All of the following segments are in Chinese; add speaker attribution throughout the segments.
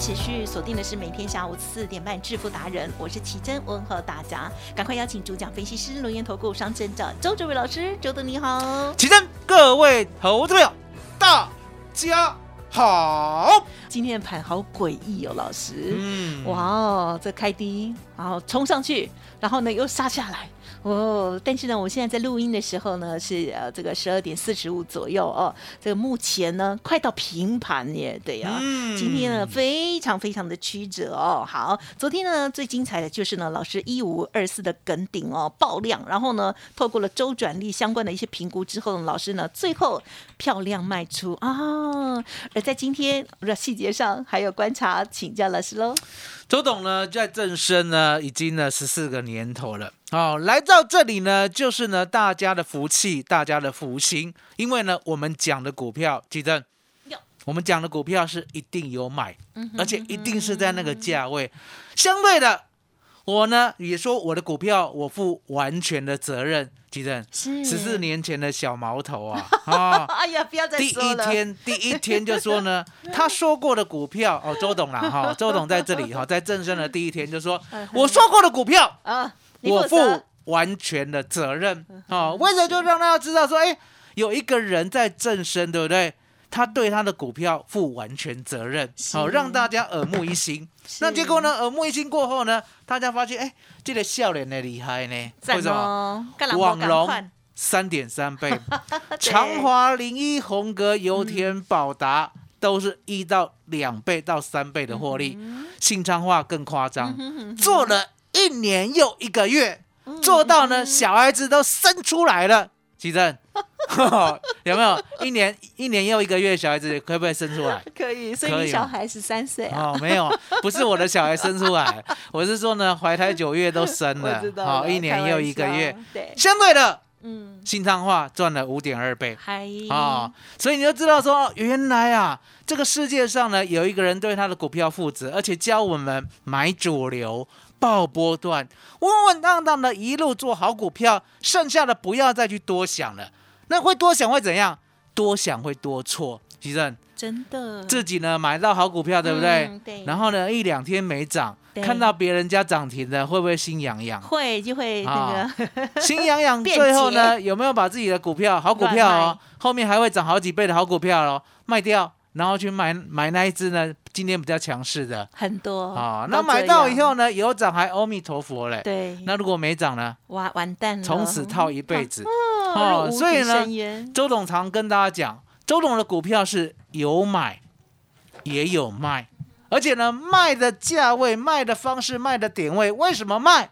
Speaker 1: 持续锁定的是每天下午四点半《致富达人》，我是奇珍，问候大家，赶快邀请主讲分析师、龙岩投顾商证的周志伟老师，周董你好。
Speaker 2: 起身，各位投资朋友，大家好。
Speaker 1: 今天的盘好诡异哦，老师，
Speaker 2: 嗯
Speaker 1: 哇哦，这开低，然后冲上去，然后呢又杀下来。哦，但是呢，我现在在录音的时候呢，是呃这个十二点四十五左右哦。这个目前呢，快到平盘耶，对呀、
Speaker 2: 嗯
Speaker 1: 今天呢，非常非常的曲折哦。好，昨天呢最精彩的就是呢，老师一五二四的梗顶哦爆量，然后呢，透过了周转率相关的一些评估之后呢，老师呢最后漂亮卖出啊、而在今天呃细节上还有观察，请教老师喽。
Speaker 2: 周董呢，在正身呢，已经呢十四个年头了。哦，来到这里呢，就是呢大家的福气，大家的福星，因为呢，我们讲的股票，记得
Speaker 1: 有，嗯
Speaker 2: 我们讲的股票是一定有买，而且一定是在那个价位。相对的，我呢也说我的股票我负完全的责任，记得
Speaker 1: 是
Speaker 2: 十四年前的小毛 头啊，啊、
Speaker 1: 哎呀，不要嗯再
Speaker 2: 第
Speaker 1: 说
Speaker 2: 一
Speaker 1: 了。
Speaker 2: 天，第一天就说 呢，他说过的股票哦，周董啦哈、周董在这里哈、在正身的第一天就 说，我说过的股票，
Speaker 1: 啊，哎你
Speaker 2: 我
Speaker 1: 负责嗯
Speaker 2: 负完全的责任哦。为什么就让大家知道说，哎，有一个人在正身，对不对？他对他的股票负完全责任，好、
Speaker 1: 是
Speaker 2: 让大家耳目一 新。那结果呢？耳目一新过后呢，大家发现，哎，这个笑脸的厉害呢，
Speaker 1: 赞
Speaker 2: 为什么？
Speaker 1: 哦，干朗
Speaker 2: 网
Speaker 1: 波赶
Speaker 2: 龙
Speaker 1: 快
Speaker 2: 三点三倍，
Speaker 1: 对
Speaker 2: 长华、零一、红格、油田、宝达都是一到两倍到三倍的获利，
Speaker 1: 嗯
Speaker 2: 信昌化更夸张，做了一年又一个月，
Speaker 1: 嗯
Speaker 2: 做到呢小孩子都生出来了，奇 正。 有没有一年一年又一个月，小孩子会不会生出 来？
Speaker 1: 可以，所以
Speaker 2: 可
Speaker 1: 你
Speaker 2: 以
Speaker 1: 小
Speaker 2: 吗
Speaker 1: 孩十三岁啊，
Speaker 2: 哦，没有，不是我的小孩生出来，我是说呢，怀胎九月都生
Speaker 1: 我
Speaker 2: 了
Speaker 1: 知，道
Speaker 2: 好、
Speaker 1: 了
Speaker 2: 一年又一个，
Speaker 1: 开
Speaker 2: 月
Speaker 1: 玩。笑对，
Speaker 2: 相对的，
Speaker 1: 嗯，
Speaker 2: 信昌化赚了五点二倍，
Speaker 1: 嗨，
Speaker 2: 啊、所以你就知道说，原来啊，这个世界上呢，有一个人对他的股票负责，而且教我们买主流、爆波段，稳稳当当的一路做好股票，剩下的不要再去多想了。那会多想会怎样？多想会多错。其正
Speaker 1: 真的，
Speaker 2: 自己呢买到好股票，对不对？
Speaker 1: 嗯对
Speaker 2: 然后呢，一两天没涨，
Speaker 1: 对
Speaker 2: 看到别人家涨停的，会不会心痒痒？
Speaker 1: 会就会那
Speaker 2: 啊
Speaker 1: 个
Speaker 2: 心痒痒，
Speaker 1: 便
Speaker 2: 最后呢有没有把自己的股票好股票
Speaker 1: 乱卖
Speaker 2: 哦，后面还会涨好几倍的好股票哦，卖掉，然后去买买那一只呢，今天比较强势的
Speaker 1: 很多
Speaker 2: 啊、
Speaker 1: 哦都
Speaker 2: 那买
Speaker 1: 这
Speaker 2: 到以
Speaker 1: 样，
Speaker 2: 后呢，有涨还阿弥陀佛嘞。
Speaker 1: 对，嗯
Speaker 2: 那如果没涨呢，
Speaker 1: 完完蛋了，
Speaker 2: 从此套一辈子。
Speaker 1: 哦，
Speaker 3: 嗯
Speaker 2: 哦
Speaker 1: 入无
Speaker 2: 所以
Speaker 1: 底
Speaker 2: 呢
Speaker 1: 深渊
Speaker 2: 周董常跟大家讲，周董的股票是有买也有卖，而且呢，卖的价位、卖的方式、卖的点位，为什么卖，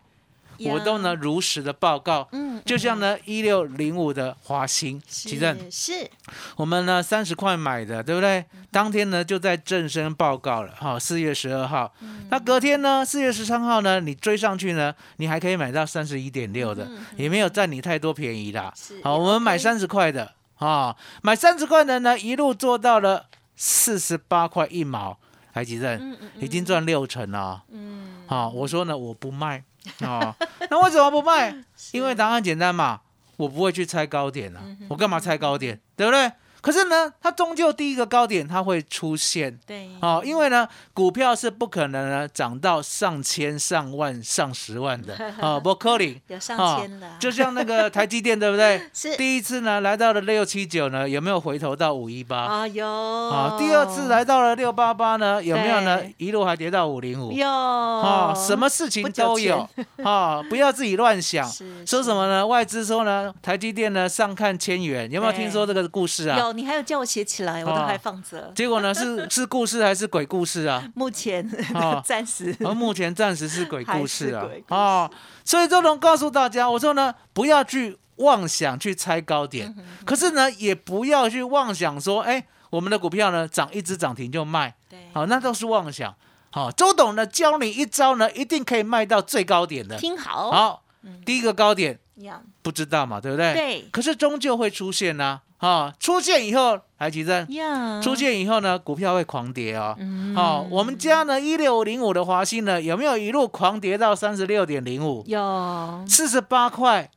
Speaker 2: 我都能，如实的报告。
Speaker 1: 嗯，
Speaker 2: 就像
Speaker 1: 嗯，
Speaker 2: 呢一六零五的华兴，奇正，
Speaker 1: 是是
Speaker 2: 我们呢三十块买的，对不对？
Speaker 1: 嗯
Speaker 2: 当天呢就在正声报告了，哈、四月十二号。
Speaker 1: 嗯
Speaker 2: 那隔天呢，四月十三号呢，你追上去呢，你还可以买到三十一点六的，也没有占你太多便宜
Speaker 1: 嗯
Speaker 2: 啦
Speaker 1: 是。
Speaker 2: 好，
Speaker 1: 也
Speaker 2: 我们
Speaker 1: OK
Speaker 2: 买三十块的啊、买三十块的呢，一路做到了四十八块一毛，还奇正，
Speaker 1: 嗯嗯
Speaker 2: 已经赚六成了哦。
Speaker 1: 嗯，
Speaker 2: 好、我说呢，我不卖哦，那为什么 不
Speaker 3: 嗯
Speaker 2: 卖？因为答案简单嘛，我不会去猜高点啊，我干嘛猜高点，对不对？可是呢，它终究第一个高点它会出现。
Speaker 3: 对，
Speaker 2: 哦，因为呢，股票是不可能呢涨到上千、上万、上十万的 哦，不可能。
Speaker 3: 有上千了
Speaker 2: 哦，就像那个台积电，对不对？
Speaker 3: 啊 是
Speaker 2: 第一次呢，来到了六七九呢，有没有回头到五一八？
Speaker 3: 啊有
Speaker 2: 啊，第二次来到了六八八呢，有没有呢
Speaker 3: 对？
Speaker 2: 一路还跌到五零五。
Speaker 3: 有
Speaker 2: 哦
Speaker 3: 啊，
Speaker 2: 什么事情
Speaker 3: 不久
Speaker 2: 都有 哦，不要自己乱想
Speaker 3: 是。
Speaker 2: 说什么呢？外资说呢，台积电呢上看千元，有没有
Speaker 3: 对
Speaker 2: 听说这个故事啊？
Speaker 3: 有，你还有叫我写起来，我都
Speaker 2: 哦
Speaker 3: 还放着。
Speaker 2: 结果呢，是 是故事还是鬼故事 啊？
Speaker 3: 目前
Speaker 2: 哦
Speaker 3: 暂时
Speaker 2: 而目前暂时是鬼故事
Speaker 3: 还
Speaker 2: 啊
Speaker 3: 是鬼故，事
Speaker 2: 哦，所以周董告诉大家，我说呢，不要去妄想去猜高
Speaker 3: 嗯
Speaker 2: 点，可是呢，也不要去妄想说，哎，我们的股票呢涨一只涨停就卖，
Speaker 3: 对
Speaker 2: 好、那都是妄想。好、周董呢教你一招呢，一定可以卖到最高点的。
Speaker 3: 听好
Speaker 2: 好，第一个高点
Speaker 3: 一样
Speaker 2: 不知道嘛，对不
Speaker 3: 嗯
Speaker 2: 对？
Speaker 3: 对
Speaker 2: 可是终究会出现呐、啊，出现以后，来吉正，
Speaker 3: 一样
Speaker 2: 出现以后呢，股票会狂跌哦。
Speaker 3: 嗯
Speaker 2: 好、我们家呢一六零五的华兴呢，有没有一路狂跌到三十六点零五，
Speaker 3: 有
Speaker 2: 四十八块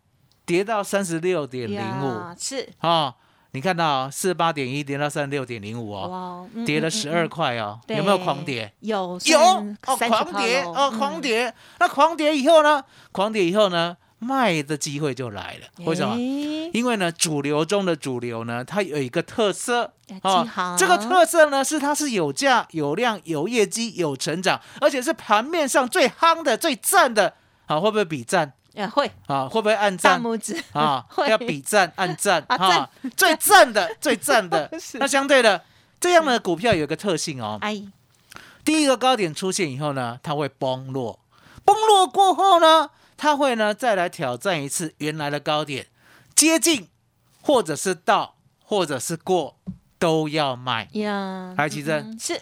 Speaker 2: 跌到三十六点零五
Speaker 3: 呀是
Speaker 2: 啊？你看到四十八点一跌到三十六点零五哦，
Speaker 3: 哇，嗯
Speaker 2: 跌了
Speaker 3: 嗯
Speaker 2: 十
Speaker 3: 嗯
Speaker 2: 二
Speaker 3: 嗯
Speaker 2: 块哦，
Speaker 3: 对
Speaker 2: 有没有狂跌？
Speaker 3: 有
Speaker 2: 有
Speaker 3: 算
Speaker 2: 哦，
Speaker 3: 30%
Speaker 2: 狂跌
Speaker 3: 咯嗯
Speaker 2: 哦，狂，跌。那狂跌以后呢？狂跌以后呢？卖的机会就来了，
Speaker 3: 嗯
Speaker 2: 为什么？
Speaker 3: 诶
Speaker 2: 因为呢，主流中的主流呢，它有一个特色
Speaker 3: 哎
Speaker 2: 哦
Speaker 3: 记好
Speaker 2: 这个特色呢是它是有价、有量、有业绩、有成长，而且是盘面上最夯的、最赞的。啊，会不会比赞
Speaker 3: 呃会
Speaker 2: 啊？会不会按
Speaker 3: 大
Speaker 2: 赞
Speaker 3: 拇指
Speaker 2: 啊
Speaker 3: 会？
Speaker 2: 要比赞、按赞
Speaker 3: 啊赞
Speaker 2: 啊，最赞的、最赞的
Speaker 3: 是。
Speaker 2: 那相对的，这样的股票有一个特性哦，
Speaker 3: 哎
Speaker 2: 第一个高点出现以后呢，它会崩落，崩落过后呢，它会呢再来挑战一次原来的高点，接近或者是到或者是过都要卖，
Speaker 3: 呀，
Speaker 2: 来奇珍
Speaker 3: 嗯是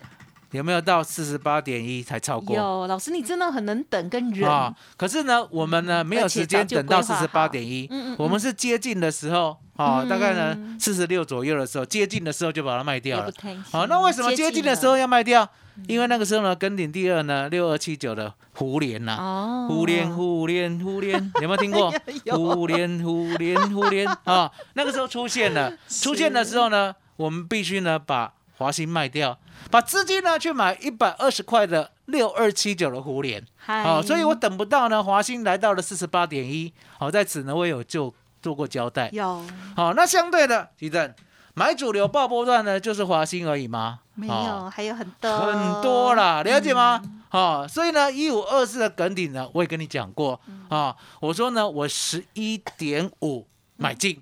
Speaker 2: 有没有到四十八点一才超过？
Speaker 3: 有老师你真的很能等跟忍，
Speaker 2: 啊，可是呢，我们呢没有时间等到
Speaker 3: 嗯而且
Speaker 2: 四
Speaker 3: 早
Speaker 2: 十
Speaker 3: 就规划
Speaker 2: 八
Speaker 3: 好
Speaker 2: 点一
Speaker 3: 嗯嗯，
Speaker 2: 我们是接近的时候啊，
Speaker 3: 嗯
Speaker 2: 大概呢四十六左右的时候，接近的时候就把它卖掉
Speaker 3: 也不。
Speaker 2: 了
Speaker 3: 贪心。
Speaker 2: 哦好，那为什么接近的时候
Speaker 3: 了
Speaker 2: 要卖掉？因为那个时候呢，跟顶第二呢六二七九的胡联呐、
Speaker 3: 哦，？
Speaker 2: 互联互联互联，有没有听过
Speaker 3: 有
Speaker 2: 互联互联互联啊！那个时候出现 了，出现的时候呢，我们必须呢把华兴卖掉，把资金呢去买一百二十块的六二七九的互联。
Speaker 3: 嗨，
Speaker 2: 好、哦所以我等不到呢，华兴来到了四十八点一。好，在此呢我有就做过交代。
Speaker 3: 有
Speaker 2: 好、那相对的，提振买主流爆波段呢，就是华兴而已吗？
Speaker 3: 没
Speaker 2: 哦
Speaker 3: 有？还有很多
Speaker 2: 很多，啦，了解吗？好、所以呢，一五二四的梗顶呢，我也跟你讲过啊、我说呢，我十一点五买进，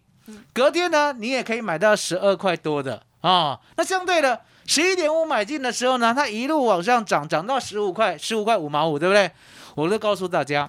Speaker 2: 隔天呢，你也可以买到十二块多的啊、那相对的，十一点五买进的时候呢，它一路往上涨，涨到十五块，十五块五毛五，对不对？我都告诉大家，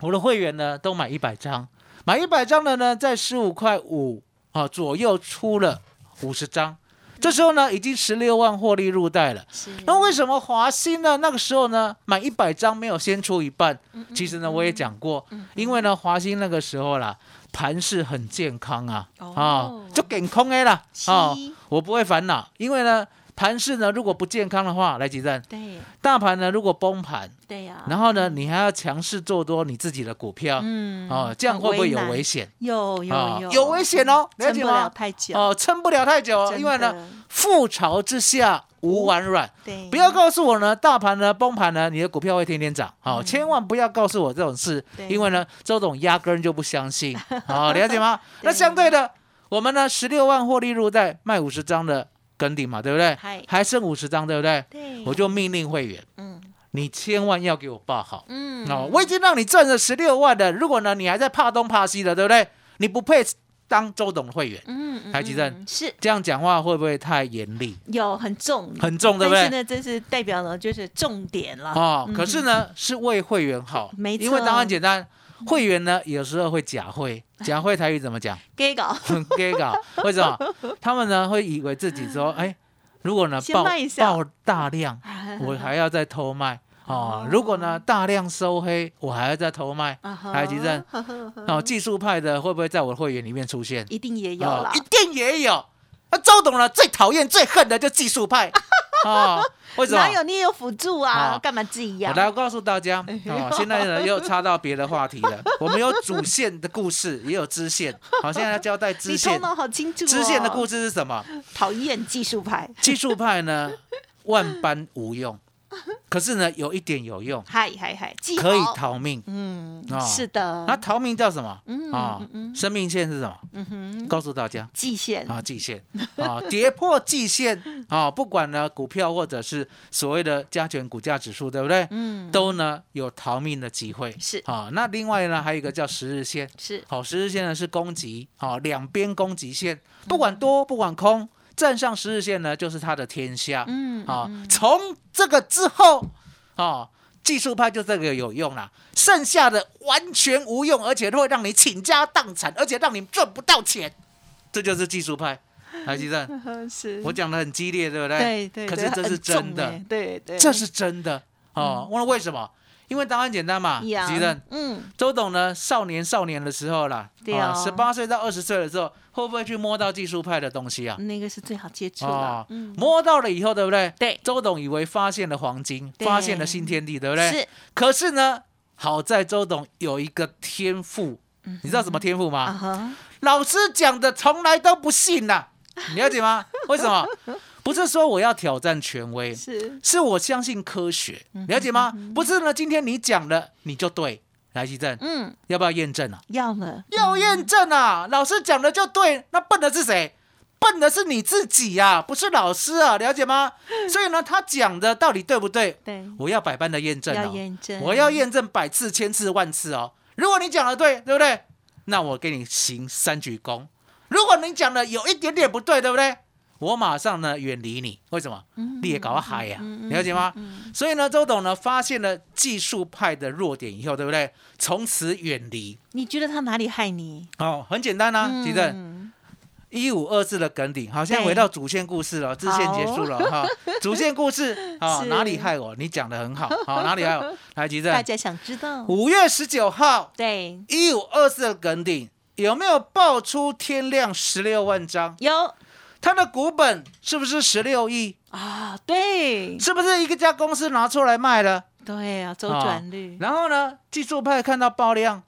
Speaker 2: 我的会员呢都买一百张，买一百张的呢，在十五块五啊左右出了五十张，这时候呢，已经十六万获利入袋了。
Speaker 3: 是
Speaker 2: 嗯那为什么华兴呢？那个时候呢，买一百张没有先出一半。
Speaker 3: 嗯
Speaker 2: 其实呢，我也讲过，因为呢，华兴那个时候啦，盘势很健康啊，啊
Speaker 3: 哦，
Speaker 2: 就给空 A 啦，啊
Speaker 3: 是，
Speaker 2: 我不会烦恼，因为呢，盘势呢如果不健康的话，来几阵，
Speaker 3: 对
Speaker 2: 大盘呢如果崩盘，
Speaker 3: 对啊呀，
Speaker 2: 然后呢，你还要强势做多你自己的股票，
Speaker 3: 嗯
Speaker 2: 哦，这样会不会有
Speaker 3: 很为难
Speaker 2: 危险？
Speaker 3: 有有
Speaker 2: 啊
Speaker 3: 有
Speaker 2: 有危险哦，了
Speaker 3: 撑
Speaker 2: 解
Speaker 3: 不了
Speaker 2: 吗？
Speaker 3: 太久，
Speaker 2: 哦，撑不了太久哦，
Speaker 3: 真
Speaker 2: 因为呢
Speaker 3: 的，
Speaker 2: 覆巢之下无完卵。
Speaker 3: 对，
Speaker 2: 不要告诉我
Speaker 3: 嗯
Speaker 2: 呢，大盘呢崩盘呢，你的股票会天天涨，好、千万不要告诉我这种事
Speaker 3: 对，
Speaker 2: 因为呢，周董压根儿就不 相信，好、了解吗？
Speaker 3: 对
Speaker 2: 那相对的，我们呢十六万获利入袋，卖五十张的跟顶嘛，对不对
Speaker 3: 嗨？嗯
Speaker 2: 还剩五十张，对不对？
Speaker 3: 对，
Speaker 2: 我就命令会员，
Speaker 3: 嗯
Speaker 2: 你千万要给我报好，
Speaker 3: 嗯
Speaker 2: 哦，我已经让你赚了十六万了，如果呢你还在怕东怕西的，对不对？你不配当周董的会员，
Speaker 3: 嗯嗯
Speaker 2: 台积电
Speaker 3: 嗯是
Speaker 2: 这样讲话会不会太严厉？
Speaker 3: 有很重
Speaker 2: 很重，对不
Speaker 3: 但
Speaker 2: 对
Speaker 3: 是？呢，这是代表了就是重点了。
Speaker 2: 哦，可是呢，是为会员好，
Speaker 3: 嗯没错
Speaker 2: 因为答案简单，会员呢有时候会 假会，假会台语怎么讲？
Speaker 3: 给搞，
Speaker 2: 很 gay 搞， 为什么？他们呢会以为自己 说，哎，如果呢
Speaker 3: 先
Speaker 2: 爆
Speaker 3: 卖一下
Speaker 2: 爆大 量，我还要再偷卖。哦
Speaker 3: 哦，
Speaker 2: 如果呢大量收黑，我还要再偷卖。
Speaker 3: 啊哈
Speaker 2: 台 积电，哦，技术派的会不会在我的会员里面出现？
Speaker 3: 一定也有
Speaker 2: 哦
Speaker 3: 了
Speaker 2: 一。定也有。那周董呢最讨厌最恨的就技术派，啊，为什么
Speaker 3: 哪？有你也有辅助啊
Speaker 2: 啊？
Speaker 3: 干嘛自己
Speaker 2: 我
Speaker 3: 养？
Speaker 2: 来告诉大家，
Speaker 3: 哎
Speaker 2: 哦，现在呢又插到别的话题 了。我们有主线的故事，也有支线。好，现在要交代支
Speaker 3: 你头
Speaker 2: 线。
Speaker 3: 脑好清楚哦。
Speaker 2: 支线的故
Speaker 3: 事，
Speaker 2: 事是什么？
Speaker 3: 讨厌技术派。
Speaker 2: 技术 派呢，万般无用，可是呢，有一点有用，
Speaker 3: 嗨嗨嗨，技
Speaker 2: 可以
Speaker 3: 好。
Speaker 2: 逃命。
Speaker 3: 嗯
Speaker 2: 哦，
Speaker 3: 是的。
Speaker 2: 那逃命叫什么？啊
Speaker 3: 嗯嗯，
Speaker 2: 生命线是什么？
Speaker 3: 嗯哼，
Speaker 2: 告诉大家。
Speaker 3: 季线
Speaker 2: 啊，季线啊，跌破季线啊，不管呢股票或者是所谓的加权股价指数，对不对？
Speaker 3: 嗯，
Speaker 2: 都呢有逃命的机会。
Speaker 3: 是
Speaker 2: 啊，那另外呢还有一个叫十日线，
Speaker 3: 是
Speaker 2: 好、十日线呢是攻击，好、两边攻击线，不管多不管空，站上十日线呢就是他的天下。
Speaker 3: 嗯
Speaker 2: 啊、从这个之后，啊、技术派就这个有用啦，剩下的完全无用，而且会让你倾家荡产，而且让你赚不到钱，这就是技术派。台积 电，
Speaker 3: 是
Speaker 2: 我讲的很激烈，对不对？
Speaker 3: 对对，
Speaker 2: 可
Speaker 3: 对
Speaker 2: 是这是
Speaker 3: 很
Speaker 2: 真
Speaker 3: 重
Speaker 2: 的，
Speaker 3: 欸对对，嗯
Speaker 2: 这是真的哦。问了为什么？因为答案简单嘛，
Speaker 3: 一样
Speaker 2: 吉任。
Speaker 3: 嗯，
Speaker 2: 周董呢，少年少年的时候啦，
Speaker 3: 对啊
Speaker 2: 十八岁到二十岁的时候，会不会去摸到技术派的东西啊？
Speaker 3: 那个嗯是最好接触
Speaker 2: 哦
Speaker 3: 了，嗯，
Speaker 2: 摸到了以后，对不对？
Speaker 3: 对
Speaker 2: 周董以为发现了黄金，
Speaker 3: 对
Speaker 2: 发现了新天地，对不对？
Speaker 3: 是
Speaker 2: 可是呢，好在周董有一个天赋，你知道什么天赋
Speaker 3: 啊
Speaker 2: 吗？
Speaker 3: 哈，
Speaker 2: 老师讲的从来都不信呐， 你了解吗？为什么？不是说我要挑战权威，
Speaker 3: 是嗯
Speaker 2: 是我相信科学，了解吗？不是呢，今天你讲的你就对，来西正，
Speaker 3: 嗯，
Speaker 2: 要不要验证啊？
Speaker 3: 要了，
Speaker 2: 要验证啊！老师讲的就对，那笨的是谁？笨的是你自己呀、啊，不是老师啊，了解吗？
Speaker 3: 嗯
Speaker 2: 所以呢，他讲的到底对不对？
Speaker 3: 对，
Speaker 2: 我要百般的验证
Speaker 3: 要
Speaker 2: 哦，
Speaker 3: 验证，
Speaker 2: 我要验证百次、千次、万次哦。如果你讲的对，对不对？那我给你行三鞠躬。如果你讲的有一点点不对，对不对？我马上呢远离你，为什么？
Speaker 3: 嗯
Speaker 2: 你也搞啊嗨呀、了解吗？所以呢，周董呢发现了技术派的弱点以后，对不对？从此远离。
Speaker 3: 你觉得他哪里害你？
Speaker 2: 哦，很简单啊，吉正
Speaker 3: 嗯
Speaker 2: 一五二四的梗顶，好，现在
Speaker 3: 对哦
Speaker 2: 回到主线故事了，支线结束了哈、 主线故事啊、
Speaker 3: 是
Speaker 2: 哪里害我？你讲的很好，好、哪里 害我？来，吉正
Speaker 3: 大，家想知道，
Speaker 2: 五月十九号
Speaker 3: 对，
Speaker 2: 一五二四的梗顶有没有爆出天量十六万张？
Speaker 3: 有
Speaker 2: 它的股本是不是十六亿？
Speaker 3: 啊，对
Speaker 2: 是不是一个家公司拿出来卖了？
Speaker 3: 对啊，周转率
Speaker 2: 然后呢，技术派看到爆量，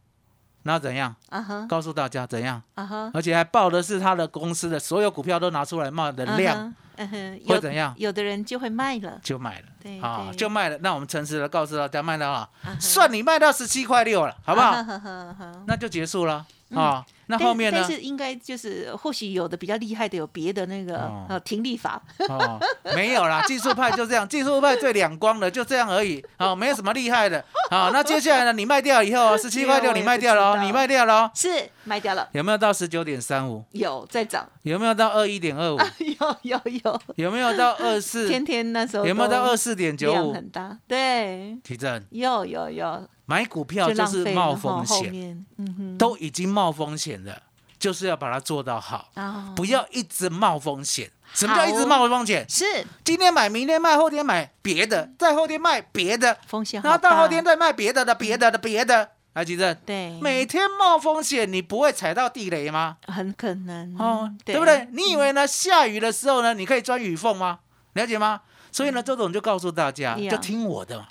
Speaker 2: 那怎样？
Speaker 3: 啊哈
Speaker 2: 告诉大家怎样？
Speaker 3: 啊哈，
Speaker 2: 而且还爆的是他的公司的所有股票都拿出来卖的量，
Speaker 3: 啊哈，嗯哼，
Speaker 2: 会
Speaker 3: 有
Speaker 2: 怎样
Speaker 3: 有的人就会卖了，
Speaker 2: 就卖了。
Speaker 3: 对
Speaker 2: 啊，
Speaker 3: 对
Speaker 2: 就卖了。那我们诚实的告诉大家，卖到了，
Speaker 3: 啊哈
Speaker 2: 算你卖到十七块六了，好不好？
Speaker 3: 啊哈哈哈哈
Speaker 2: 那就结束了啊。那后面
Speaker 3: 但
Speaker 2: 呢
Speaker 3: 但？是应该就是，或许有的比较厉害的有别的那个
Speaker 2: 哦
Speaker 3: 呃停利法，
Speaker 2: 哦，没 有啦，技术派就这样，技术派最两光的，就这样而已。好、没有什么厉害的。好、那接下来呢？你卖掉 以后，十七块六，你卖掉了哦，你卖掉了哦，
Speaker 3: 是卖掉了，
Speaker 2: 有没有到十九点三五？
Speaker 3: 有在涨，
Speaker 2: 有没有到二一点二五？
Speaker 3: 有有有，
Speaker 2: 有没有到二 四？
Speaker 3: 天天那时候
Speaker 2: 有没有到
Speaker 3: 都
Speaker 2: 二四点九
Speaker 3: 量
Speaker 2: 五？
Speaker 3: 很大，对，
Speaker 2: 提振，
Speaker 3: 有有有，
Speaker 2: 买股票
Speaker 3: 就
Speaker 2: 就
Speaker 3: 浪
Speaker 2: 是
Speaker 3: 费
Speaker 2: 冒
Speaker 3: 了哈
Speaker 2: 风
Speaker 3: 后
Speaker 2: 险，
Speaker 3: 面，嗯哼，
Speaker 2: 都已经冒风险了，就是要把它做到好，
Speaker 3: 啊
Speaker 2: 不要一直冒风险。什么叫一直冒风险？
Speaker 3: 是
Speaker 2: 今天买，明天卖，后天买别的，再后天卖别的，
Speaker 3: 风险好
Speaker 2: 然
Speaker 3: 大，
Speaker 2: 后到后天再卖别的的、别的的、别的。来，吉正，
Speaker 3: 对，
Speaker 2: 每天冒风险，你不会踩到地雷吗？
Speaker 3: 很可能
Speaker 2: 哦，对不对？？你以为呢？下雨的时候呢，你可以钻雨缝吗？了解吗？所以呢，周总就告诉大家，
Speaker 3: Yeah
Speaker 2: 就听我的嘛，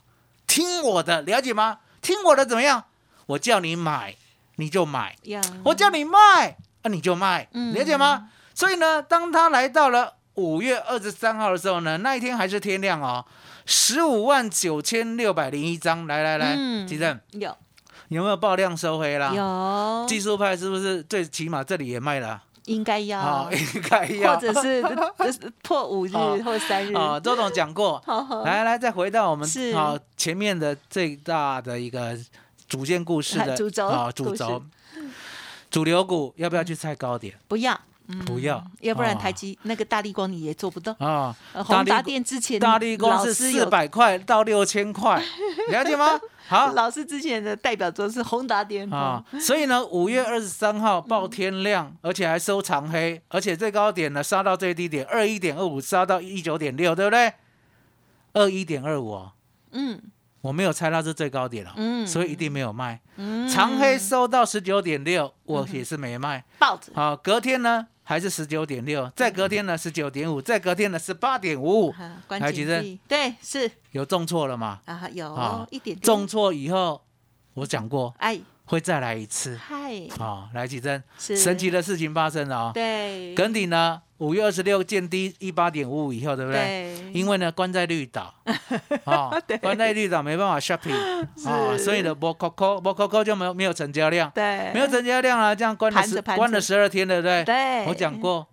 Speaker 2: 听我的，了解吗？听我的怎么样？我叫你买，你就买；
Speaker 3: 呀，
Speaker 2: 我叫你卖，啊，你就卖，
Speaker 3: 嗯
Speaker 2: 了解吗？所以呢，当他来到了五月二十三号的时候呢，那一天还是天亮哦，十五万九千六百零一张。来来来，
Speaker 3: 嗯
Speaker 2: 吉正，
Speaker 3: 有
Speaker 2: 有没有爆量收回啦？
Speaker 3: 有，
Speaker 2: 技术派是不是最起码这里也卖了啊？
Speaker 3: 应该
Speaker 2: 好，
Speaker 3: 要，
Speaker 2: 应该啊要。
Speaker 3: 或者 是就是破五日
Speaker 2: 哦
Speaker 3: 或三日，，
Speaker 2: 啊，周董讲过
Speaker 3: 好好
Speaker 2: 来来，再回到我们
Speaker 3: 是
Speaker 2: 好前面的最大的一个主线故事的
Speaker 3: 主轴
Speaker 2: 啊
Speaker 3: 故
Speaker 2: 主
Speaker 3: 事
Speaker 2: 轴，主流股要不要去猜高点？
Speaker 3: 不要，嗯
Speaker 2: 不要，
Speaker 3: 要不然
Speaker 2: 哦
Speaker 3: 台积那个大力光你也做不到。
Speaker 2: 啊
Speaker 3: 呃，
Speaker 2: 大
Speaker 3: 宏达
Speaker 2: 力
Speaker 3: 电之前
Speaker 2: 大力光
Speaker 3: 老
Speaker 2: 是
Speaker 3: 师
Speaker 2: 四
Speaker 3: 有
Speaker 2: 百啊块到六千块，了 解吗？好
Speaker 3: 老师之前的代表作是宏达电
Speaker 2: 啊
Speaker 3: 啊，，
Speaker 2: 所以呢，五月二十三号
Speaker 3: 嗯
Speaker 2: 报天量，而且还收长黑，而且最高点呢杀到最低点二一点二五，杀到一九点六，对不对？二一点二五哦，
Speaker 3: 嗯
Speaker 2: 我没有猜到是最高点哦，
Speaker 3: 嗯
Speaker 2: 所以一定没有卖。
Speaker 3: 嗯
Speaker 2: 长黑收到十九点六，我也是没卖。
Speaker 3: 豹子
Speaker 2: 好、隔天呢还是十九点六，再隔天呢十九点五，再隔天呢十八点五五，
Speaker 3: 啊关
Speaker 2: 台积
Speaker 3: 景
Speaker 2: 电
Speaker 3: 气对是
Speaker 2: 有重挫了嘛？
Speaker 3: 啊，
Speaker 2: 啊
Speaker 3: 有一点点
Speaker 2: 重挫以后，我讲过
Speaker 3: 哎
Speaker 2: 会再来一次
Speaker 3: 嗨，
Speaker 2: 啊，来几针，
Speaker 3: 是
Speaker 2: 神奇的事情发生了啊、
Speaker 3: 对，
Speaker 2: 耿鼎呢，五月二十六见低一八点五五以后，对不对？
Speaker 3: 对，
Speaker 2: 因为呢，关在绿 岛啊，关在绿岛没办法 shopping 啊，所以呢，波 coco 波 coco 就没有没有成交量，
Speaker 3: 对
Speaker 2: 没有成交量啊，这样关了
Speaker 3: 盘着
Speaker 2: 十
Speaker 3: 盘着
Speaker 2: 关了十二天，对不对？
Speaker 3: 对，
Speaker 2: 我讲过，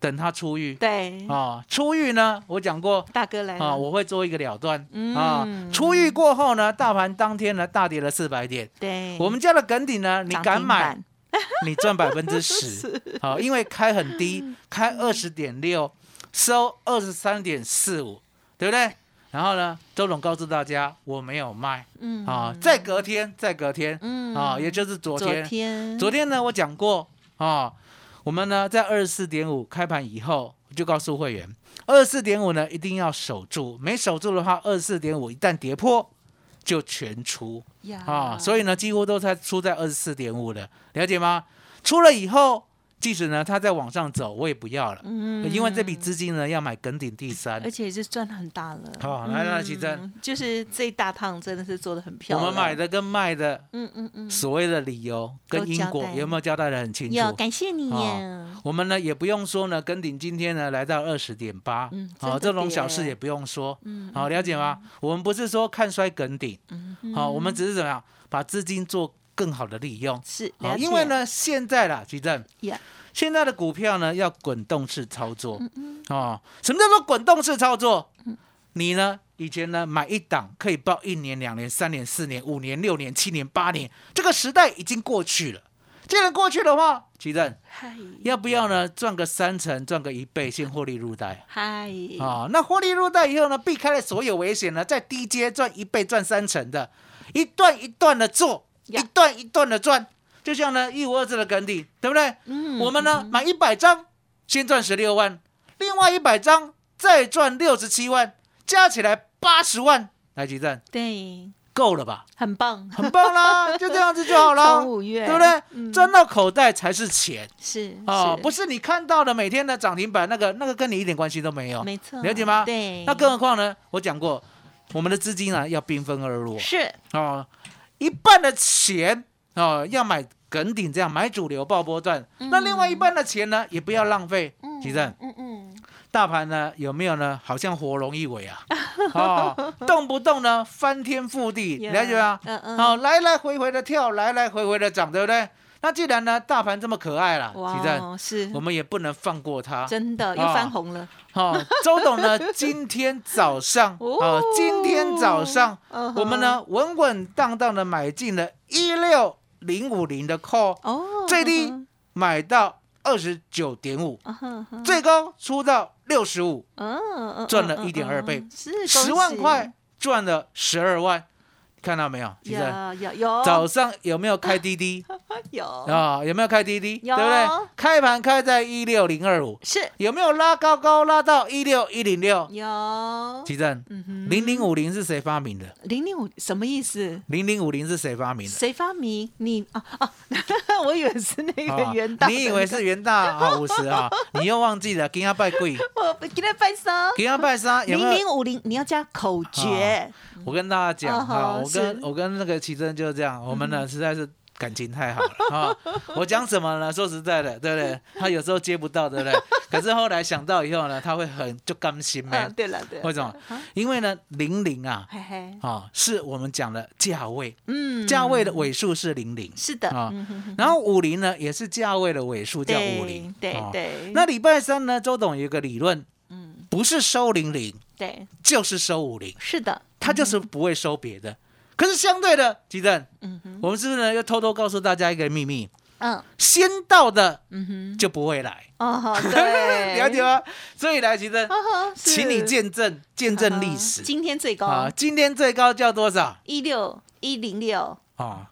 Speaker 2: 等他出狱
Speaker 3: 对，
Speaker 2: 啊，出狱呢，我讲过
Speaker 3: 大哥来
Speaker 2: 啊，
Speaker 3: 了
Speaker 2: 我会做一个了断啊。
Speaker 3: 嗯
Speaker 2: 出狱过后呢，大盘当天呢大跌了四百点，
Speaker 3: 对，
Speaker 2: 我们家的耿鼎呢，你
Speaker 3: 哎涨
Speaker 2: 敢
Speaker 3: 停
Speaker 2: 买
Speaker 3: 板？
Speaker 2: 你赚百分之 十，好，因为开很
Speaker 3: 嗯
Speaker 2: 低，开二十点六，收二十三点四五，对不对？然后呢，周总告诉大家我没有卖
Speaker 3: 嗯
Speaker 2: 啊，再隔天，再隔天，
Speaker 3: 嗯
Speaker 2: 啊，也就是昨
Speaker 3: 昨
Speaker 2: 天，
Speaker 3: 天
Speaker 2: 昨天呢，我讲过啊，我们呢在二十四点五开盘以后，我就告诉会员，二十四点五呢一定要守住，没守住的话，二十四点五一旦跌破就全出。
Speaker 3: 呀
Speaker 2: 啊，所以呢，几乎都在出在二十四点五了，了解吗？出了以后，即使呢它再往上走，我也不要了，
Speaker 3: 嗯
Speaker 2: 因为这笔资金呢要买耿鼎第三
Speaker 3: 而。且是赚很大了。
Speaker 2: 好来来奇珍
Speaker 3: 嗯就是这一大趟真的是做的很漂
Speaker 2: 我
Speaker 3: 亮。
Speaker 2: 们买，的跟卖的
Speaker 3: 嗯嗯嗯，
Speaker 2: 所谓的理由跟
Speaker 3: 都
Speaker 2: 因
Speaker 3: 交
Speaker 2: 果
Speaker 3: 代
Speaker 2: 有没有交代的很清
Speaker 3: 有
Speaker 2: 楚？
Speaker 3: 感谢你
Speaker 2: 啊
Speaker 3: 呀，
Speaker 2: 我们呢也不用说呢，耿鼎今天呢来到二十点八
Speaker 3: 嗯，真
Speaker 2: 好，
Speaker 3: 的
Speaker 2: 这种小
Speaker 3: 耶
Speaker 2: 事也不用说，
Speaker 3: 嗯
Speaker 2: 好了解吗？我们不是说看衰耿鼎，好，我们只是怎么样把资金做更好的利用，
Speaker 3: 是，
Speaker 2: 好，
Speaker 3: 了
Speaker 2: 因为
Speaker 3: 解，
Speaker 2: 呢现在啦，奇正，
Speaker 3: 呀，
Speaker 2: 现在的股票呢要滚动式操作
Speaker 3: 嗯
Speaker 2: 哦。什么叫做滚动式操作？你呢以前呢买一档可以报一年、两年、三年、四年、五年、六年、七年、八年，这个时代已经过去了。既然过去的话，奇正
Speaker 3: 嗨
Speaker 2: 要不要呢赚个三成，赚个一倍，先获利入袋？
Speaker 3: 嗨，
Speaker 2: 啊、那获利入袋以后呢，避开了所有危险呢，在低阶赚一倍、赚三成的，一段一段的做，一
Speaker 3: 呀
Speaker 2: 段一段的赚，就像呢一五二四的耕地，对不对？
Speaker 3: 嗯
Speaker 2: 我们呢买一百张，先赚十六万，另外一百张再赚六十七万，加起来八十万，来集赞
Speaker 3: 对，
Speaker 2: 够了吧？
Speaker 3: 很棒，
Speaker 2: 很 棒啦，就这样子就好啦，
Speaker 3: 从五月
Speaker 2: 对不对？
Speaker 3: 嗯
Speaker 2: 赚到口袋才是钱。
Speaker 3: 是
Speaker 2: 哦，不
Speaker 3: 是，
Speaker 2: 是你看到的每天的涨停板那个那个跟你一点关系都没有，
Speaker 3: 没错，
Speaker 2: 了解吗？
Speaker 3: 对，
Speaker 2: 那更何况呢？我讲过，我们的资金啊要兵分二路
Speaker 3: 是
Speaker 2: 哦，一半的钱哦要买梗顶这样买主流爆波段，那另外一半的钱呢也不要浪费。其正，
Speaker 3: 嗯嗯，
Speaker 2: 大盘呢有没有呢？好像活龙一 尾啊，哦，动不动呢翻天覆地，
Speaker 3: 呀
Speaker 2: 了解吗？
Speaker 3: 嗯嗯
Speaker 2: 哦，来来回回的跳，来来回回的涨，对不对？那既然呢大盘这么可爱啦，其正，
Speaker 3: 哇，哦是
Speaker 2: 我们也不能放过它。
Speaker 3: 真的又
Speaker 2: 啊
Speaker 3: 翻红了，
Speaker 2: 好、周董呢，今天早上，
Speaker 3: 哦
Speaker 2: 哦，今天早上，
Speaker 3: 嗯哼
Speaker 2: 我们呢稳稳当当的买进了一六零五零的 call，、
Speaker 3: 哦，
Speaker 2: 最低买到二十九点五，
Speaker 3: 嗯哼，嗯哼
Speaker 2: 最高出到六十五，
Speaker 3: 嗯嗯嗯
Speaker 2: 赚了
Speaker 3: 嗯
Speaker 2: 1.2
Speaker 3: 嗯
Speaker 2: 倍
Speaker 3: 是
Speaker 2: 十万块，赚了十二万，看到没有？其实
Speaker 3: 有有有
Speaker 2: 早上有没有开滴滴
Speaker 3: 有
Speaker 2: 啊、有没有开滴滴？对
Speaker 3: 哦有
Speaker 2: 不对？开盘开在一六零二五，
Speaker 3: 是
Speaker 2: 有没有拉高高拉到一六一零六？
Speaker 3: 有，
Speaker 2: 奇正，
Speaker 3: 嗯哼，
Speaker 2: 零零五零是谁发明的？
Speaker 3: 零零五什么意思？
Speaker 2: 零零五零是谁发明的？
Speaker 3: 谁发明？你啊啊！ 我以为是那
Speaker 2: 啊
Speaker 3: 个元旦、
Speaker 2: 你以为？是元大啊五十 啊？你又忘记了，给他拜贵，
Speaker 3: 我今天拜三
Speaker 2: 给他拜三有
Speaker 3: 零
Speaker 2: 没有？
Speaker 3: 零五零，你要加口诀。
Speaker 2: 我跟大家讲
Speaker 3: 哦
Speaker 2: 哈、
Speaker 3: 好
Speaker 2: 我跟
Speaker 3: 是嗯
Speaker 2: 我跟那个奇珍就是这样，我们呢实在是感情太好了啊！ 我讲什么呢？说实在的，对
Speaker 3: 嗯
Speaker 2: 不对？他有时候接不到，对 不对？可是后来想到以后呢，他会很就甘心
Speaker 3: 嗯、
Speaker 2: 呗。
Speaker 3: 对了对了，
Speaker 2: 啊为什么？
Speaker 3: 啊
Speaker 2: 因为呢，零零啊
Speaker 3: 嘿嘿，
Speaker 2: 啊，是我们讲的价位，
Speaker 3: 嗯，
Speaker 2: 价位的尾数是零零。
Speaker 3: 是的，
Speaker 2: 啊
Speaker 3: 嗯哼哼
Speaker 2: 然后五零呢，也是价位的尾数叫
Speaker 3: 对
Speaker 2: 五零，
Speaker 3: 对
Speaker 2: 哦
Speaker 3: 对
Speaker 2: 那礼拜三呢，周董有一个理论，
Speaker 3: 嗯，
Speaker 2: 不是收零零，
Speaker 3: 对，
Speaker 2: 就是收五零，
Speaker 3: 是的，
Speaker 2: 他就是不会收别的。可是相对的，吉正，
Speaker 3: 嗯哼，
Speaker 2: 我们是不是呢？又偷偷告诉大家一个秘密：
Speaker 3: 嗯
Speaker 2: 先到的
Speaker 3: 嗯哼，
Speaker 2: 就不会来，
Speaker 3: 哦，对，
Speaker 2: 了解吗？所以来，吉正，
Speaker 3: 呵呵，是
Speaker 2: 请你见证见证历
Speaker 3: 啊
Speaker 2: 史
Speaker 3: 今天最
Speaker 2: 啊！
Speaker 3: 高
Speaker 2: 今天最高叫多少
Speaker 3: 一六一零六
Speaker 2: 啊？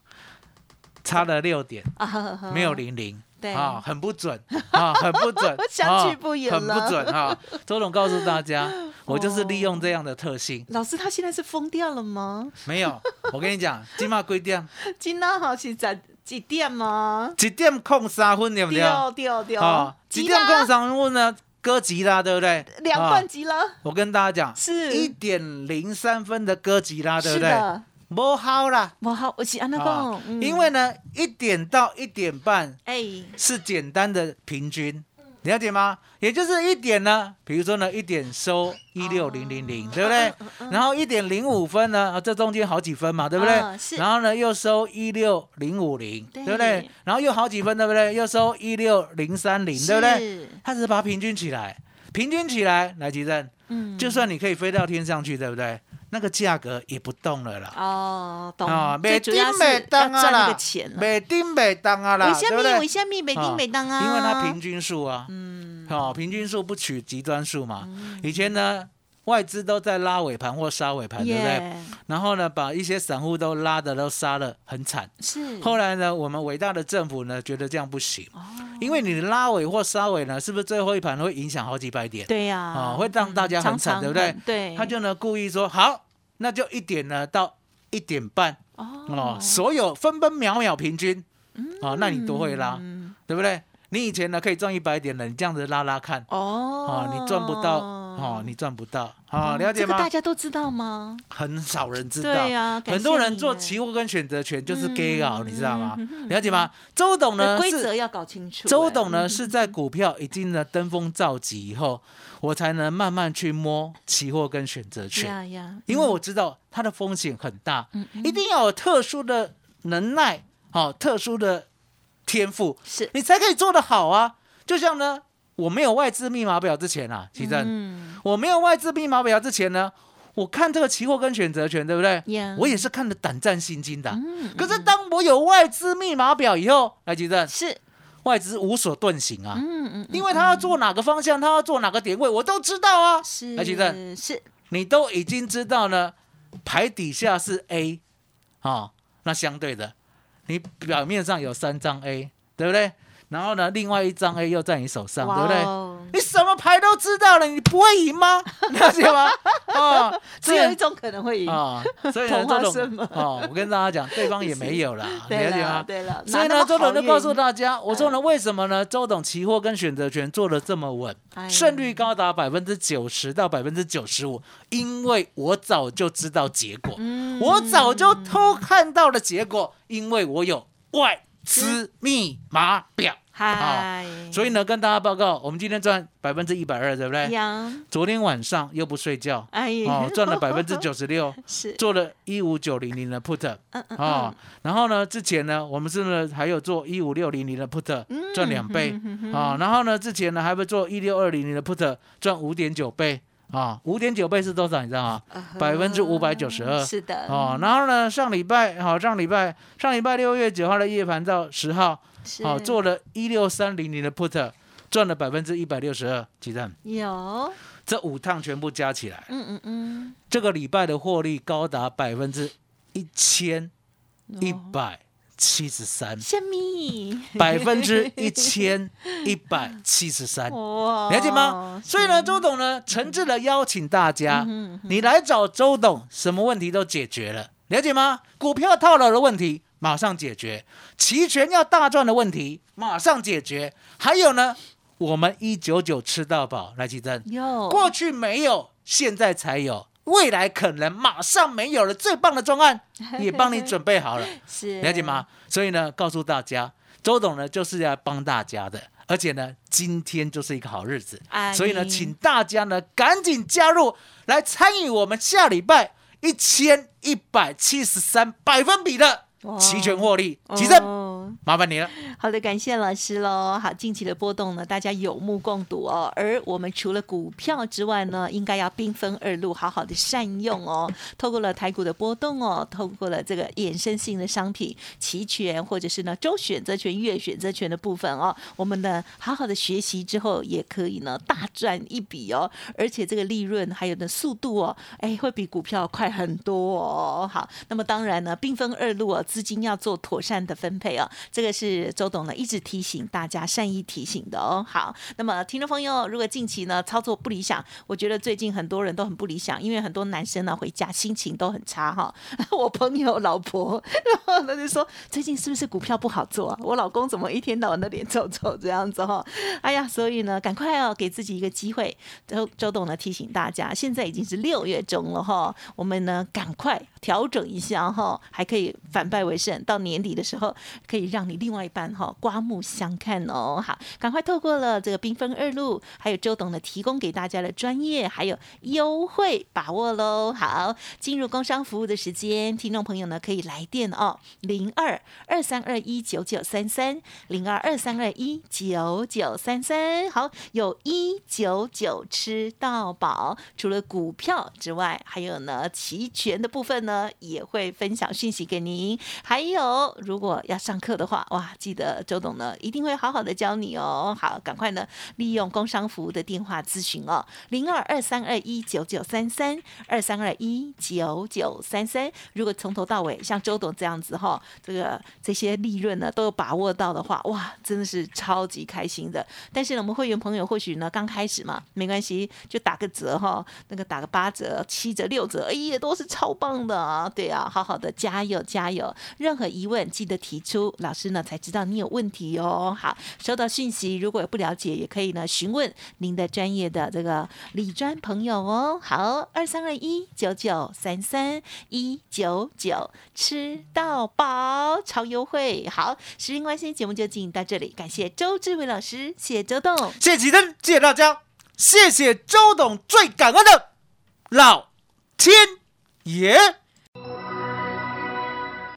Speaker 2: 差了六点，
Speaker 3: 啊，呵呵
Speaker 2: 没有零零。
Speaker 3: 对，
Speaker 2: 啊，很不准啊，很不准
Speaker 3: 相去
Speaker 2: 啊
Speaker 3: 不远
Speaker 2: 很不
Speaker 3: 了
Speaker 2: 准 啊！周总告诉大家，我就是利用这样的特 性，
Speaker 3: 老师他现在是疯掉了吗？
Speaker 2: 没有。我跟你讲，金马规定
Speaker 3: 今天好是在几点吗？
Speaker 2: 一点空三分对不对？
Speaker 3: 掉掉
Speaker 2: 哦
Speaker 3: 掉，，
Speaker 2: 一
Speaker 3: 急
Speaker 2: 点空
Speaker 3: 啦，
Speaker 2: 三分呢，哥吉拉对不对？
Speaker 3: 两
Speaker 2: 啊
Speaker 3: 段急了，
Speaker 2: 我跟大家讲，
Speaker 3: 是
Speaker 2: 一点零三分的哥吉拉，啊对不
Speaker 3: 是
Speaker 2: 对？
Speaker 3: 的，
Speaker 2: 不好啦，
Speaker 3: 我好，我是安那
Speaker 2: 啊
Speaker 3: 讲，嗯
Speaker 2: 因为呢，一点到一点半
Speaker 3: 哎，
Speaker 2: 是简单的平均，
Speaker 3: 嗯
Speaker 2: 了解吗？也就是一点呢，比如说呢，一点收一六零零
Speaker 3: 哦
Speaker 2: 零，对不
Speaker 3: 嗯
Speaker 2: 对？然后一点零五分呢，啊这中间好几分嘛，对不对
Speaker 3: 嗯？是
Speaker 2: 然后呢，又收一六零五零，对
Speaker 3: 对
Speaker 2: 不对？然后又好几分，对不对？又收一六零三零，对不对？
Speaker 3: 是？
Speaker 2: 它只是把它平均起来，平均起来，来吉正，
Speaker 3: 嗯，
Speaker 2: 就算你可以飞到天上去，对不对？那个价格也不动了啦。
Speaker 3: 哦，懂
Speaker 2: 啊，，
Speaker 3: 最
Speaker 2: 每
Speaker 3: 主
Speaker 2: 丁
Speaker 3: 要是
Speaker 2: 每
Speaker 3: 要
Speaker 2: 当啊
Speaker 3: 赚那
Speaker 2: 啦
Speaker 3: 个钱，了。
Speaker 2: 每丁每当啊啦，
Speaker 3: 为什
Speaker 2: 对不
Speaker 3: 么？
Speaker 2: 对
Speaker 3: 为？什么每
Speaker 2: 啊
Speaker 3: 丁每当啊？
Speaker 2: 因为它平均数啊，嗯，哦，平均数不取极端数嘛。
Speaker 3: 嗯
Speaker 2: 以前呢，外资都在拉尾盘或杀尾盘，对不对？
Speaker 3: 耶
Speaker 2: 然后呢，把一些散户都拉的都杀了，很惨。
Speaker 3: 是哦
Speaker 2: 后来呢，我们伟大的政府呢，觉得这样不行，因为你拉尾或杀尾呢，是不是最后一盘会影响好几百点？
Speaker 3: 对呀、
Speaker 2: 啊会让大家很
Speaker 3: 嗯
Speaker 2: 惨
Speaker 3: 常常
Speaker 2: 对不对
Speaker 3: 很对，
Speaker 2: 他就呢故意说好，那就一点呢到一点半哦
Speaker 3: 哦，
Speaker 2: 所有分分秒秒平均哦，那你多会拉，
Speaker 3: 嗯
Speaker 2: 对不对？你以前呢可以赚一百点的，你这样子拉拉看
Speaker 3: 哦
Speaker 2: 哦，，你赚不到哦，你赚不到哦，
Speaker 3: 哦
Speaker 2: 了解
Speaker 3: 这个
Speaker 2: 吗
Speaker 3: 大？家都知道吗？
Speaker 2: 很少人知道
Speaker 3: 对，呀、感谢
Speaker 2: 很多人做
Speaker 3: 你
Speaker 2: 期货跟选择权就是 gay 佬，
Speaker 3: 嗯
Speaker 2: 你知道吗
Speaker 3: 嗯嗯？嗯
Speaker 2: 了解吗？周董
Speaker 3: 这
Speaker 2: 呢
Speaker 3: 规
Speaker 2: 是
Speaker 3: 则要搞清楚、
Speaker 2: 周
Speaker 3: 哎
Speaker 2: 董呢
Speaker 3: 嗯
Speaker 2: 是在股票已经呢登峰造极以后，我才能慢慢去摸期货跟选择权，
Speaker 3: 呀呀，
Speaker 2: 因为我知道它的风险很大，
Speaker 3: 嗯
Speaker 2: 一定要有特殊的能耐，好、特殊的天赋，
Speaker 3: 是
Speaker 2: 你才可以做得好啊。就像呢，我没有外资密码表之前啊，其正，
Speaker 3: 嗯
Speaker 2: 我没有外资密码表之前呢，我看这个期货跟选择权，对不对
Speaker 3: Yeah
Speaker 2: 我也是看得胆战心惊的啊、
Speaker 3: 嗯
Speaker 2: 可是当我有外资密码表以后，来吉正，
Speaker 3: 是
Speaker 2: 外资无所遁形啊，
Speaker 3: 嗯嗯嗯
Speaker 2: 因为他要做哪个方向，他要做哪个点位，我都知道啊。
Speaker 3: 是
Speaker 2: 来吉正，
Speaker 3: 是
Speaker 2: 你都已经知道呢，牌底下是 A 啊、那相对的，你表面上有三张 A，对不对？然后呢，另外一张 A 又在你手上，
Speaker 3: 哦
Speaker 2: 对不对？
Speaker 3: 对？
Speaker 2: 你什么牌都知道了，你不会赢吗？ 了解吗？啊，
Speaker 3: 只有一种可能会赢，
Speaker 2: 啊，所以呢，
Speaker 3: 同花
Speaker 2: 周
Speaker 3: 顺
Speaker 2: 董
Speaker 3: 嘛
Speaker 2: 哦，我跟大家讲，对方也没有啦，了
Speaker 3: 对
Speaker 2: 解
Speaker 3: 了
Speaker 2: 吗？
Speaker 3: 对了，哪
Speaker 2: 所以呢，
Speaker 3: 那么
Speaker 2: 周董
Speaker 3: 好
Speaker 2: 就告诉
Speaker 3: 运哎
Speaker 2: 大家，我说呢，为什么呢？周董期货跟选择权做的这么稳，
Speaker 3: 哎
Speaker 2: 胜率高达百分之九十到百分之九十五，因为我早就知道结果，
Speaker 3: 嗯
Speaker 2: 我早就偷看到了结果，因为我有外资密码表。啊，
Speaker 3: 嗨，
Speaker 2: 所以呢，跟大家报告，我们今天赚百分之一百二，对不对？
Speaker 3: 杨
Speaker 2: 昨天晚上又不睡觉，
Speaker 3: 哎
Speaker 2: 哦，赚了百分之九十六，
Speaker 3: 是
Speaker 2: 做了一五九零零的 put
Speaker 3: 嗯嗯
Speaker 2: 啊、然后呢，之前呢，我们是不是还有做一五六零零的 put，赚
Speaker 3: 嗯
Speaker 2: 两倍啊、然后呢，之前呢，还会做一六二零零的 put，赚五点九倍啊，五点九倍是多少？你知道吗？百分之五百九十二。
Speaker 3: 呃是的
Speaker 2: 哦，然后呢，上礼拜好、上礼拜上礼拜六月九号的夜盘到十号，
Speaker 3: 是
Speaker 2: 好、做了一六三零零的 put，赚了百分之一百六十二，几蛋？
Speaker 3: 有
Speaker 2: 这五趟全部加起来，
Speaker 3: 嗯嗯嗯
Speaker 2: 这个礼拜的获利高达百分之一千一
Speaker 3: 哦
Speaker 2: 百七十三，
Speaker 3: 虾米
Speaker 2: 百分之一千一百七十三，
Speaker 3: 아,哇
Speaker 2: 了解吗？所以呢，周董呢，诚挚的邀请大家，你来找周董，什么问题都解决了，了解吗？股票套牢的问题马上解决，期权要大赚的问题马上解决，还有呢，我们一九九吃到饱，来，奇珍。
Speaker 3: 有
Speaker 2: 过去没有，现在才有，未来可能马上没有了。最棒的专 案也帮你准备好了，
Speaker 3: 是
Speaker 2: 了解吗？？所以呢，告诉大家，周董呢就是要帮大家的，而且呢，今天就是一个好日子，
Speaker 3: 哎
Speaker 2: 所以呢，请大家呢赶紧加入来参与我们下礼拜一千一百七十三百分比的
Speaker 3: 哇
Speaker 2: 期权获利集正，
Speaker 3: 哦
Speaker 2: 麻烦你了。
Speaker 3: 好的，感谢老师喽。好，近期的波动呢，大家有目共睹哦。而我们除了股票之外呢，应该要兵分二路，好好的善用哦。透过了台股的波动哦，透过了这个衍生性的商品、期权或者是呢周选择权、月选择权的部分哦，我们呢好好的学习之后，也可以呢大赚一笔哦。而且这个利润还有呢速度哦，哎，会比股票快啊很多哦。好，那么当然呢，兵分二路哦，资金要做妥善的分配哦。这个是周董呢一直提醒大家善意提醒的哦。好，那么听众朋友，如果近期呢操作不理想，我觉得最近很多人都很不理想，因为很多男生呢回家心情都很差哈。 我朋友老婆，然后呢就说最近是不是股票不好做啊？我老公怎么一天到晚都脸臭臭这样子哈、哎呀，所以呢，赶快哦，给自己一个机会。周周董呢提醒大家，现在已经是六月中了哈，我们呢赶快调整一下哈，还可以反败为胜。到年底的时候，可以让你另外一半哈刮目相看哦。好，赶快透过了这个缤纷二路，还有周董呢提供给大家的专业还有优惠把握喽。好，进入工商服务的时间，听众朋友呢可以来电哦，零二二三二一九九三三零二二三二一九九三三。好，有一九九吃到饱，除了股票之外，还有呢期权的部分呢也会分享讯息给您。还有，如果要上课的话，哇，记得周董呢一定会好好的教你哦。好，赶快呢利用工商服务的电话咨询哦，零二二三二一九九三三二三二一九九三三。如果从头到尾像周董这样子哈、这个这些利润呢都有把握到的话，哇，真的是超级开心的。但是呢，我们会员朋友或许呢刚开始嘛，没关系，就打个折哈、那个打个八折、七折、六折，哎呀，都是超棒的啊！对啊，好好的加油加油！任何疑问记得提出，老师呢才知道你有问题哦。好，收到讯息，如果有不了解，也可以呢询问您的专业的这个理专朋友哦。好，二三二一九九三三一九九吃到饱，超优惠。好，时间关系，节目就进行到这里，感谢周志伟老师，谢谢周董。
Speaker 2: 谢谢启真，谢谢大家，谢谢周董，最感恩的老天爷。